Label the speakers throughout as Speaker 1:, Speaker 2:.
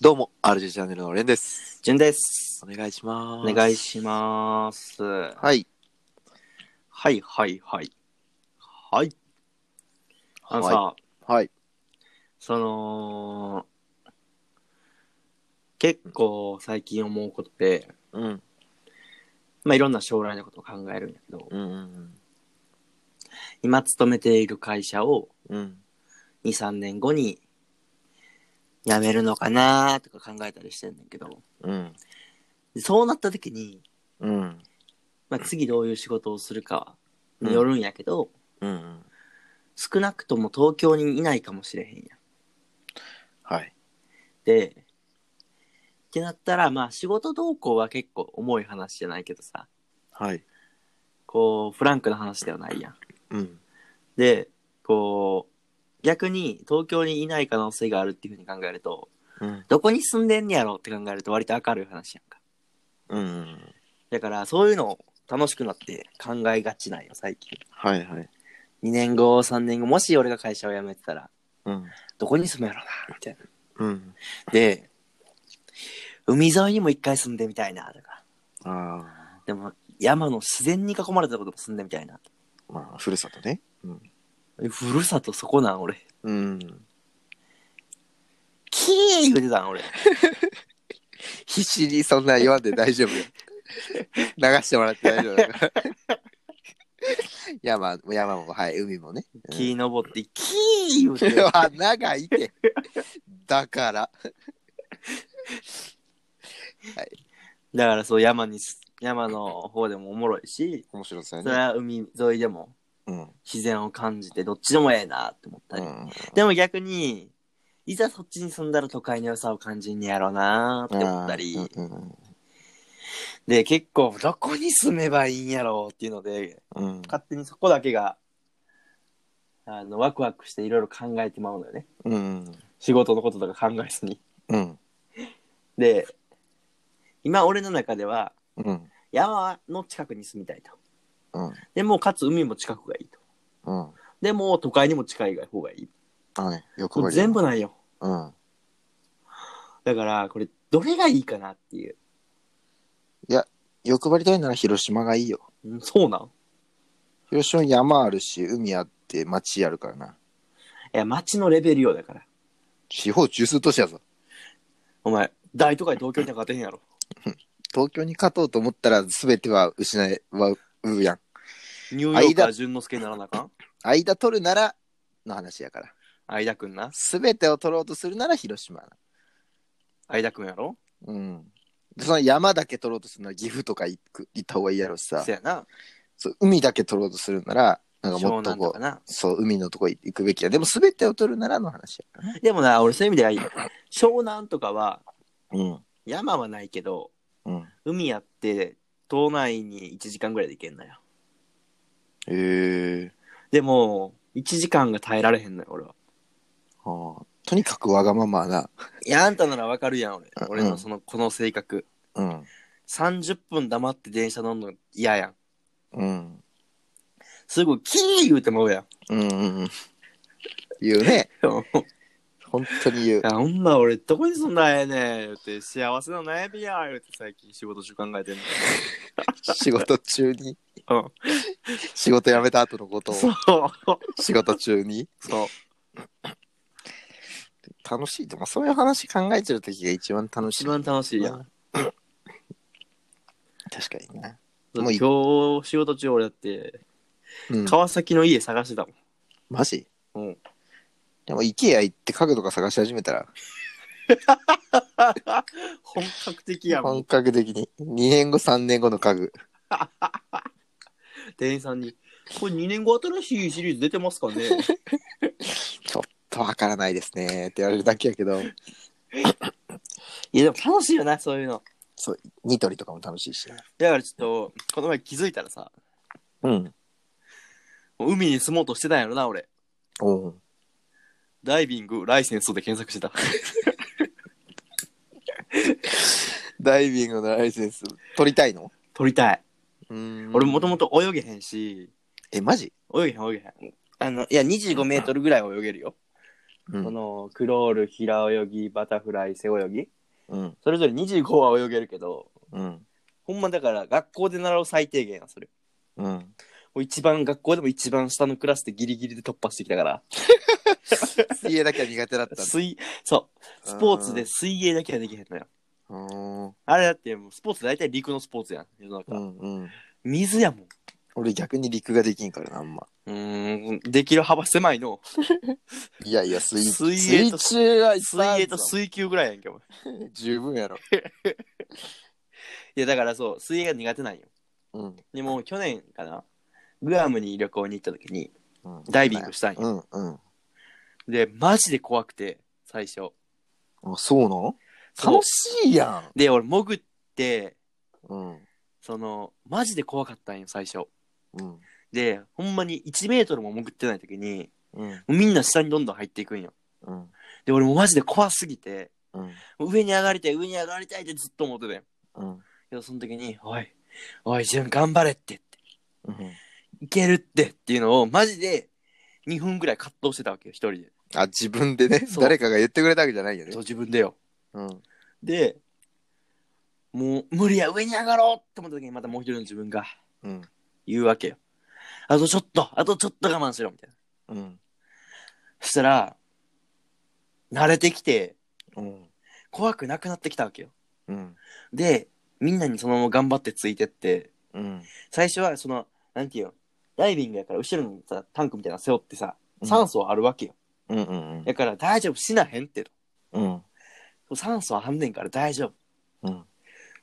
Speaker 1: どうも、RG チャンネルのレンです。
Speaker 2: 順です
Speaker 1: お。願いしま
Speaker 2: お
Speaker 1: す。
Speaker 2: 願いします。は
Speaker 1: はい。
Speaker 2: いはいはい。はい。あのさ、
Speaker 1: はい。
Speaker 2: その、結構最近思うことで、
Speaker 1: うん。
Speaker 2: まあ、いろんな将来のことを考えるんだけど、
Speaker 1: うんうん
Speaker 2: 今勤めている会社を
Speaker 1: うん。うん。
Speaker 2: 2、3年後に辞めるのかなーとか考えたりしてんだけど、
Speaker 1: うん。
Speaker 2: でそうなった時に、
Speaker 1: うん。
Speaker 2: まあ、次どういう仕事をするかによるんやけど、
Speaker 1: うん。
Speaker 2: 少なくとも東京にいないかもしれへんやん
Speaker 1: はい。
Speaker 2: でってなったらまあ仕事動向は結構重い話じゃないけどさ
Speaker 1: はい。
Speaker 2: こうフランクな話ではないやん
Speaker 1: うん。
Speaker 2: でこう逆に東京にいない可能性があるっていうふうに考えると
Speaker 1: うん。
Speaker 2: どこに住んでんねやろって考えると割と明るい話やんか
Speaker 1: うん。
Speaker 2: だからそういうのを楽しくなって考えがちなんよ最近
Speaker 1: はいはい。
Speaker 2: 2年後3年後もし俺が会社を辞めてたら
Speaker 1: うん。
Speaker 2: どこに住むやろなみたいな
Speaker 1: うん。
Speaker 2: で海沿いにも一回住んでみたいなとか
Speaker 1: あ
Speaker 2: でも山の自然に囲まれたところでも住んでみたいな。
Speaker 1: あ。まあ、ふるさとね。うん。
Speaker 2: ふるさとそこなん俺。
Speaker 1: うん。
Speaker 2: キー言うてたん俺。
Speaker 1: 必死にそんな言わんで大丈夫よ。 流してもらって大丈夫だから。 山、山も、はい、海もね。うん
Speaker 2: 木登ってキー言うて。
Speaker 1: は長いって。だから。
Speaker 2: だからそう山にす、山の方でもおもろいし、
Speaker 1: 面白そう
Speaker 2: それ。は海沿いでも
Speaker 1: うん。
Speaker 2: 自然を感じてどっちでもええなって思った
Speaker 1: う
Speaker 2: り。
Speaker 1: ん。
Speaker 2: でも逆に、いざそっちに住んだら都会の良さを感じんねやろなーって思ったり。
Speaker 1: うん
Speaker 2: で、結構どこに住めばいいんやろうっていうので、
Speaker 1: うん
Speaker 2: 勝手にそこだけが、あの、ワクワクしていろいろ考えてまうのよね。
Speaker 1: うん
Speaker 2: 仕事のこととか考えずに。
Speaker 1: うん
Speaker 2: で、今俺の中では
Speaker 1: うん
Speaker 2: 山の近くに住みたいと。
Speaker 1: うん
Speaker 2: でも、かつ海も近くがいいと。
Speaker 1: うん
Speaker 2: でも、都会にも近い方がいい。
Speaker 1: はい欲
Speaker 2: こ
Speaker 1: 張
Speaker 2: れ
Speaker 1: り
Speaker 2: 全部なんよ。
Speaker 1: うん
Speaker 2: だから、これ、どれがいいかなっていう。
Speaker 1: 欲張りたいなら広島がいいよ
Speaker 2: うんそうなん
Speaker 1: 広島山あるし海あって町あるからない
Speaker 2: や、街のレベルよ、だから。
Speaker 1: 地方中枢都市やぞ
Speaker 2: お前、大都会東京には勝てへんやろ。
Speaker 1: 東京に勝とうと思ったら全ては失えはうやん
Speaker 2: ニューヨーカー淳之介にならなあかん
Speaker 1: 間取るならの話やから
Speaker 2: 相田くんな。
Speaker 1: 全てを取ろうとするなら広島
Speaker 2: 相田くんやろ
Speaker 1: うんその山だけ取ろうとするなら岐阜とか行く行った方がいいやろしさ
Speaker 2: そやな。
Speaker 1: そう海だけ取ろうとするならなんかも
Speaker 2: 湘
Speaker 1: っと
Speaker 2: 南
Speaker 1: ことう
Speaker 2: かな。
Speaker 1: そう、海のとこ行くべきや。でも全てを取るならの話やからね。
Speaker 2: でもな、俺そういう意味ではいい。湘南とかは、
Speaker 1: うん。
Speaker 2: 山はないけど、
Speaker 1: うん。
Speaker 2: 海やって島内に1時間ぐらいで行けんのよ
Speaker 1: へえ。
Speaker 2: でも1時間が耐えられへんのよ俺は
Speaker 1: はあ。とにかくわがままな。
Speaker 2: いやあんたならわかるやん俺
Speaker 1: うん
Speaker 2: 俺のそのこの性格
Speaker 1: うん。
Speaker 2: 30分黙って電車乗んの嫌やん
Speaker 1: うん。
Speaker 2: すぐキー言うてもうやん
Speaker 1: うんうん。言うね。
Speaker 2: い
Speaker 1: 本当に言う。
Speaker 2: やほんま俺どこにそんなええねん言うて幸せの悩みや言うて最近仕事中考えてん
Speaker 1: 仕事中に。
Speaker 2: のよ
Speaker 1: 仕事辞めた後のこと
Speaker 2: うん
Speaker 1: を
Speaker 2: そう
Speaker 1: 仕事中に。
Speaker 2: そう
Speaker 1: 楽しいと。まあそういう話考えてる時が一番楽しい。
Speaker 2: 一番楽しいやん
Speaker 1: うん 確かにな。も
Speaker 2: 今
Speaker 1: うい
Speaker 2: 日仕事中俺だって
Speaker 1: うん。
Speaker 2: 川崎の家探してたもん
Speaker 1: マジ
Speaker 2: うん。
Speaker 1: でも、IKEA 行って家具とか探し始めたら、
Speaker 2: 本格的やもん
Speaker 1: 本格的に。2年後、3年後の家具。
Speaker 2: 店員さんに「これ2年後新しいシリーズ出てますかね?
Speaker 1: ちょっとわからないですねって言われるだけやけど、」
Speaker 2: いやでも楽しいよなそういうの
Speaker 1: ニトリとかも楽しいしね。
Speaker 2: だからちょっとこの前気づいたらさ
Speaker 1: うん。
Speaker 2: もう海に住もうとしてたんやろな俺
Speaker 1: お
Speaker 2: ダイビングライセンスで検索してた
Speaker 1: ダイビングのライセンス取りたいの
Speaker 2: 撮りたい
Speaker 1: うん
Speaker 2: 俺もともと泳げへんし
Speaker 1: え、マジ
Speaker 2: 泳げへん泳げへんあのいや2 5ルぐらいは泳げるよ
Speaker 1: う
Speaker 2: そ
Speaker 1: ん
Speaker 2: のクロール平泳ぎバタフライ背泳ぎ
Speaker 1: うん
Speaker 2: それぞれ25は泳げるけど
Speaker 1: うん
Speaker 2: ほんまだから学校で習う最低限やそれ
Speaker 1: うん
Speaker 2: もう一番学校でも一番下のクラスでギリギリで突破してきたから
Speaker 1: 水泳だけは苦手だったん だ
Speaker 2: 水そうスポーツで水泳だけはできへんのよ
Speaker 1: うんうん
Speaker 2: あれだってもうスポーツ大体陸のスポーツやん世の中、
Speaker 1: うん
Speaker 2: 水やもん
Speaker 1: 俺逆に陸ができんからなあんま
Speaker 2: うーんできる幅狭いの
Speaker 1: いやいや水
Speaker 2: 水泳と
Speaker 1: 水中はいっ
Speaker 2: 水
Speaker 1: ぱいある
Speaker 2: 泳
Speaker 1: ぞ
Speaker 2: と水球ぐらいやんけお前
Speaker 1: 十分やろ
Speaker 2: いやだからそう水泳が苦手なんよ
Speaker 1: うん
Speaker 2: でも去年かなグアムに旅行に行った時に
Speaker 1: うん
Speaker 2: ダイビングしたんよ、
Speaker 1: うんうん
Speaker 2: でマジで怖くて最初
Speaker 1: あそうなの
Speaker 2: そう
Speaker 1: 楽しいやん
Speaker 2: で俺潜って
Speaker 1: うん
Speaker 2: そのマジで怖かったんよ最初
Speaker 1: うん
Speaker 2: でほんまに1メートルも潜ってない時に
Speaker 1: うん
Speaker 2: もうみんな下にどんどん入っていくんよ
Speaker 1: うん
Speaker 2: で俺もうマジで怖すぎて
Speaker 1: うん
Speaker 2: もう上に上がりたい上に上がりたいってずっと思ってたよ
Speaker 1: うん
Speaker 2: けどその時に「おいおい潤頑張れ」ってって
Speaker 1: うん
Speaker 2: いけるってっていうのをマジで2分ぐらい葛藤してたわけよ一人で
Speaker 1: あ自分でね
Speaker 2: そう
Speaker 1: 誰かが言ってくれたわけじゃないよね
Speaker 2: そう自分でよ
Speaker 1: うん
Speaker 2: でもう無理や上に上がろうって思った時にまたもう一人の自分が
Speaker 1: うん
Speaker 2: 言うわけよあとちょっとあとちょっと我慢しろみたいな
Speaker 1: うん
Speaker 2: そしたら慣れてきて
Speaker 1: うん
Speaker 2: 怖くなくなってきたわけよ
Speaker 1: うん
Speaker 2: でみんなにそのまま頑張ってついてって
Speaker 1: うん
Speaker 2: 最初はそのなんていうのダイビングやから後ろにさタンクみたいなの背負ってさ
Speaker 1: うん
Speaker 2: 酸素あるわけよ、
Speaker 1: うんうん
Speaker 2: だから大丈夫死なへんって
Speaker 1: うん
Speaker 2: と酸素あんねんから大丈
Speaker 1: う
Speaker 2: 夫
Speaker 1: ん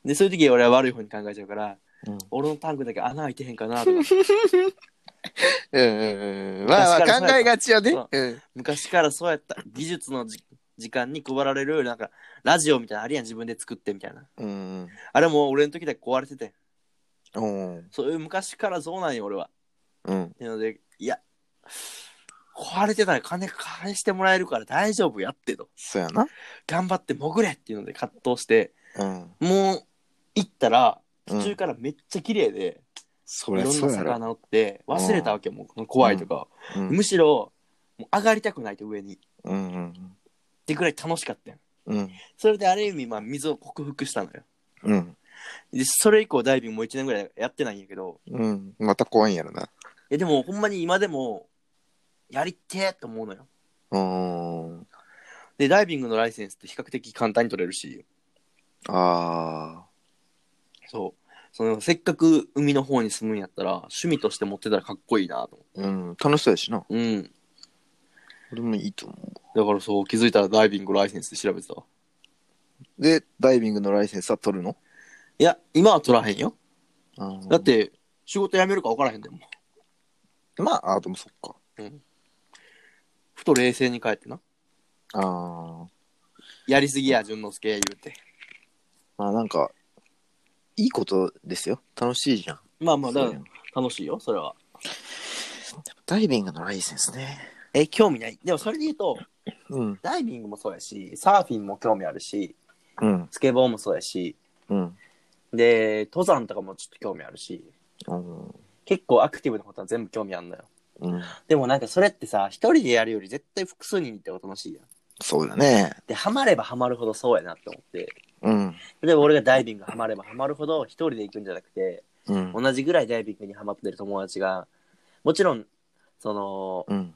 Speaker 2: でそういう時俺は悪い方に考えちゃうから
Speaker 1: うん
Speaker 2: 俺のタンクだけ穴開いてへんかな とか
Speaker 1: うんうんうんまあまあ考えがちよね
Speaker 2: そう
Speaker 1: うん
Speaker 2: 昔からそうやった技術のじ時間に配られるなんかラジオみたいなのあるやん自分で作ってみたいな
Speaker 1: うん
Speaker 2: あれも俺の時だけ壊れてて
Speaker 1: うん
Speaker 2: そういう昔からそうなんよ俺は
Speaker 1: うん
Speaker 2: なのでいや壊れてたら金返してもらえるから大丈夫やってと
Speaker 1: そうやな
Speaker 2: 頑張って潜れっていうので葛藤して
Speaker 1: うん
Speaker 2: もう行ったら
Speaker 1: うん
Speaker 2: 途中からめっちゃ綺麗で、
Speaker 1: そ
Speaker 2: い
Speaker 1: りゃ
Speaker 2: ろん
Speaker 1: そ
Speaker 2: な
Speaker 1: うやろ
Speaker 2: 魚おって忘れたわけよもうこの怖いとか、
Speaker 1: うん
Speaker 2: むしろもう上がりたくないと上にっ
Speaker 1: うんうん
Speaker 2: てぐらい楽しかったよ
Speaker 1: うん
Speaker 2: それである意味まあ水を克服したのよ
Speaker 1: うん
Speaker 2: でそれ以降ダイビングも1年ぐらいやってないんやけど
Speaker 1: うんまた怖いんやろない
Speaker 2: やでもほんまに今でもやりてえと思うのよ
Speaker 1: うん
Speaker 2: でダイビングのライセンスって比較的簡単に取れるし
Speaker 1: あ
Speaker 2: そうそのせっかく海の方に住むんやったら趣味として持ってたらかっこいいなと思
Speaker 1: ーうん楽しそうやしな
Speaker 2: ううん
Speaker 1: 俺もいいと思
Speaker 2: だからそう気づいたらダイビングライセンスで調べてたわ
Speaker 1: うでダイビングのライセンスは取るの
Speaker 2: いや今は取らへんよ
Speaker 1: うん
Speaker 2: だって仕事辞めるか分からへんでもん
Speaker 1: まああでもそっか
Speaker 2: ふと冷静に帰ってな
Speaker 1: ああ
Speaker 2: やりすぎや淳之介言うて
Speaker 1: まあなんかいいことですよ楽しいじゃん
Speaker 2: まあまあだか
Speaker 1: そうや
Speaker 2: ら
Speaker 1: ん
Speaker 2: 楽しいよそれは
Speaker 1: ダイビングのライセンスね
Speaker 2: え興味ないでもそれで言うと
Speaker 1: うん
Speaker 2: ダイビングもそうやしサーフィンも興味あるし
Speaker 1: うん
Speaker 2: スケボーもそうやし
Speaker 1: うん
Speaker 2: で登山とかもちょっと興味あるし
Speaker 1: うん
Speaker 2: 結構アクティブなことは全部興味あるのよ
Speaker 1: うん
Speaker 2: でもなんかそれってさ一人でやるより絶対複数人って方が楽しいやん
Speaker 1: そうだね
Speaker 2: でハマればハマるほどそうやなって思って
Speaker 1: うん
Speaker 2: 例えば俺がダイビングハマればハマるほど一人で行くんじゃなくて
Speaker 1: うん
Speaker 2: 同じぐらいダイビングにハマってる友達がもちろんその
Speaker 1: うん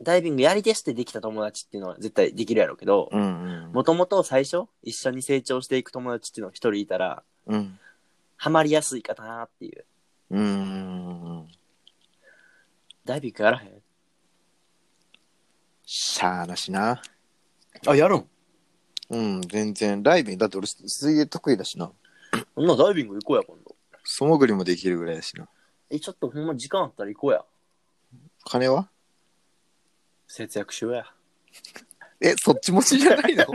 Speaker 2: ダイビングやり手してできた友達っていうのは絶対できるやろうけど
Speaker 1: うん
Speaker 2: もともと最初一緒に成長していく友達っていうのが一人いたら
Speaker 1: うん
Speaker 2: ハマりやすいかなっていう
Speaker 1: うん
Speaker 2: ダイビングやらへん
Speaker 1: しゃあなしな
Speaker 2: あやるん
Speaker 1: うん全然ダイビングだって俺水泳得意だしな
Speaker 2: そんなダイビング行こうや今度
Speaker 1: 素潜りもできるぐらいだしな
Speaker 2: えちょっとほんま時間あったら行こうや
Speaker 1: 金は
Speaker 2: 節約しようや
Speaker 1: えそっち持ちじゃない の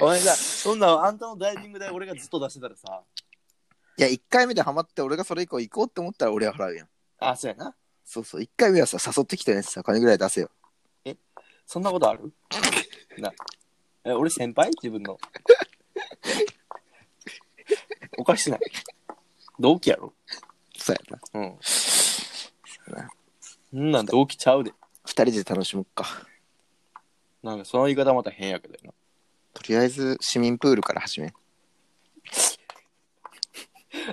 Speaker 2: お前さそんなあんたのダイビング代俺がずっと出してたらさ
Speaker 1: いや1回目でハマって俺がそれ以降行こうって思ったら俺は払うやん
Speaker 2: あそうやな
Speaker 1: そうそう1回目はさ誘ってきたやつさ金ぐらい出せよ
Speaker 2: そんなことあるなえ俺先輩自分のおかしない同期やろ
Speaker 1: そうやな
Speaker 2: うん
Speaker 1: うやな
Speaker 2: そんなん同期ちゃうで
Speaker 1: 人で楽しむか。
Speaker 3: なんかその言い方また変やけどな。
Speaker 1: とりあえず市民プールから始め。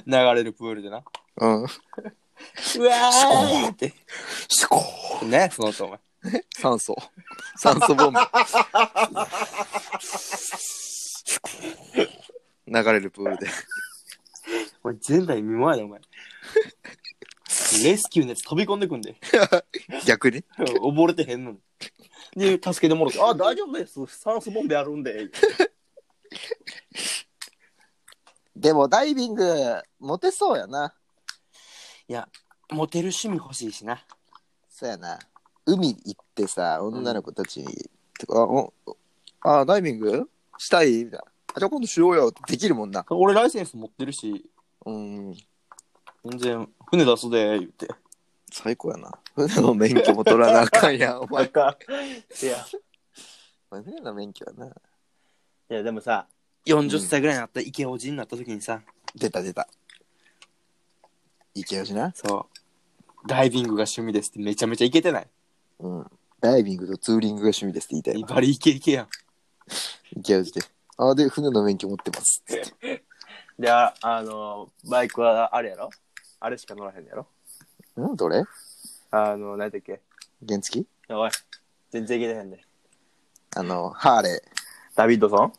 Speaker 3: 流れるプールでな。
Speaker 1: うん。
Speaker 3: うわーって。
Speaker 1: すこ
Speaker 3: ねその音お前。
Speaker 1: 酸素。酸素ボンベ。流れるプールで。
Speaker 3: お前前代未聞やなお 前。レスキューのやつ飛び込んでくんで。
Speaker 1: 逆に
Speaker 3: 溺れてへんのに。で、助けてもろて、あ、大丈夫です。酸素ボンベあるんで。
Speaker 1: でもダイビング、モテそうやな。
Speaker 3: モテる趣味欲しいしな。
Speaker 1: そうやな。海行ってさ、女の子たちに、とか、おあ、ダイビングしたいみたいな。あ、じゃあ今度しようよってできるもんな。
Speaker 3: 俺ライセンス持ってるし、
Speaker 1: うん。
Speaker 3: 全然船出すで、言って。
Speaker 1: 最高やな。 船の免許も取らなあかんやん、 お前。
Speaker 2: か。いや、
Speaker 1: 船の免許はな。
Speaker 2: いやでもさ、
Speaker 3: 40歳ぐらいになった、イケオジになった時にさ、
Speaker 1: 出た出た。いけよしな。
Speaker 3: そう、ダイビングが趣味ですってめちゃめちゃイケてない。
Speaker 1: うん。ダイビングとツーリングが趣味ですって言いたいな。
Speaker 3: バリイケイケやん。
Speaker 1: いけよしで。あ、で、船の免許持ってます。
Speaker 2: で、ああの、バイクはあれやろあれしか乗らへんのやろ
Speaker 1: うんどれ
Speaker 2: あの、何だっけ
Speaker 1: 原付
Speaker 2: おい、全然いけてへんで、
Speaker 1: あの、ハーレ
Speaker 2: ダビッドソン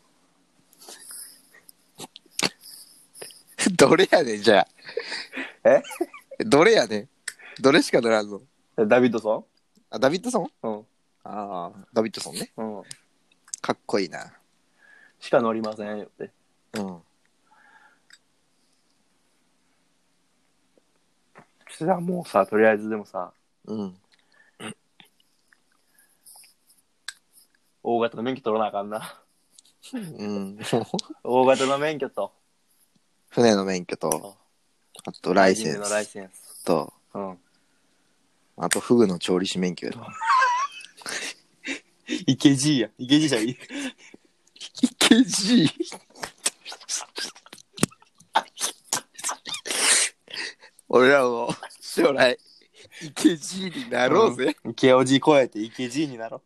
Speaker 1: ー。 どれやねん、じゃあ。
Speaker 2: え
Speaker 1: どれやねん。どれしか乗らんの
Speaker 2: ダビッドソ
Speaker 1: あ、ダビッドソン
Speaker 2: ン
Speaker 1: ああ、ダビッドソンね。
Speaker 2: うん。うん。
Speaker 1: かっこいいな。
Speaker 2: しか乗りませんよって。
Speaker 1: うん。
Speaker 2: それはもうさ、とりあえずでもさ、
Speaker 1: うん。
Speaker 2: 大型の免許取らなあかんな。
Speaker 1: うん。
Speaker 2: 大型の免許と、
Speaker 1: 船の免許と、あとライセ
Speaker 2: ダイビン
Speaker 1: ン
Speaker 2: グのライ
Speaker 1: ス
Speaker 2: センス。
Speaker 1: と、
Speaker 2: うん。
Speaker 1: あとフグの調理師免許やろ。
Speaker 3: イケジーやん。イケジーじゃん。
Speaker 1: いけじい。 俺らも将来、いけじいになろうぜ。
Speaker 3: イケオジ超えてイケジーになろう。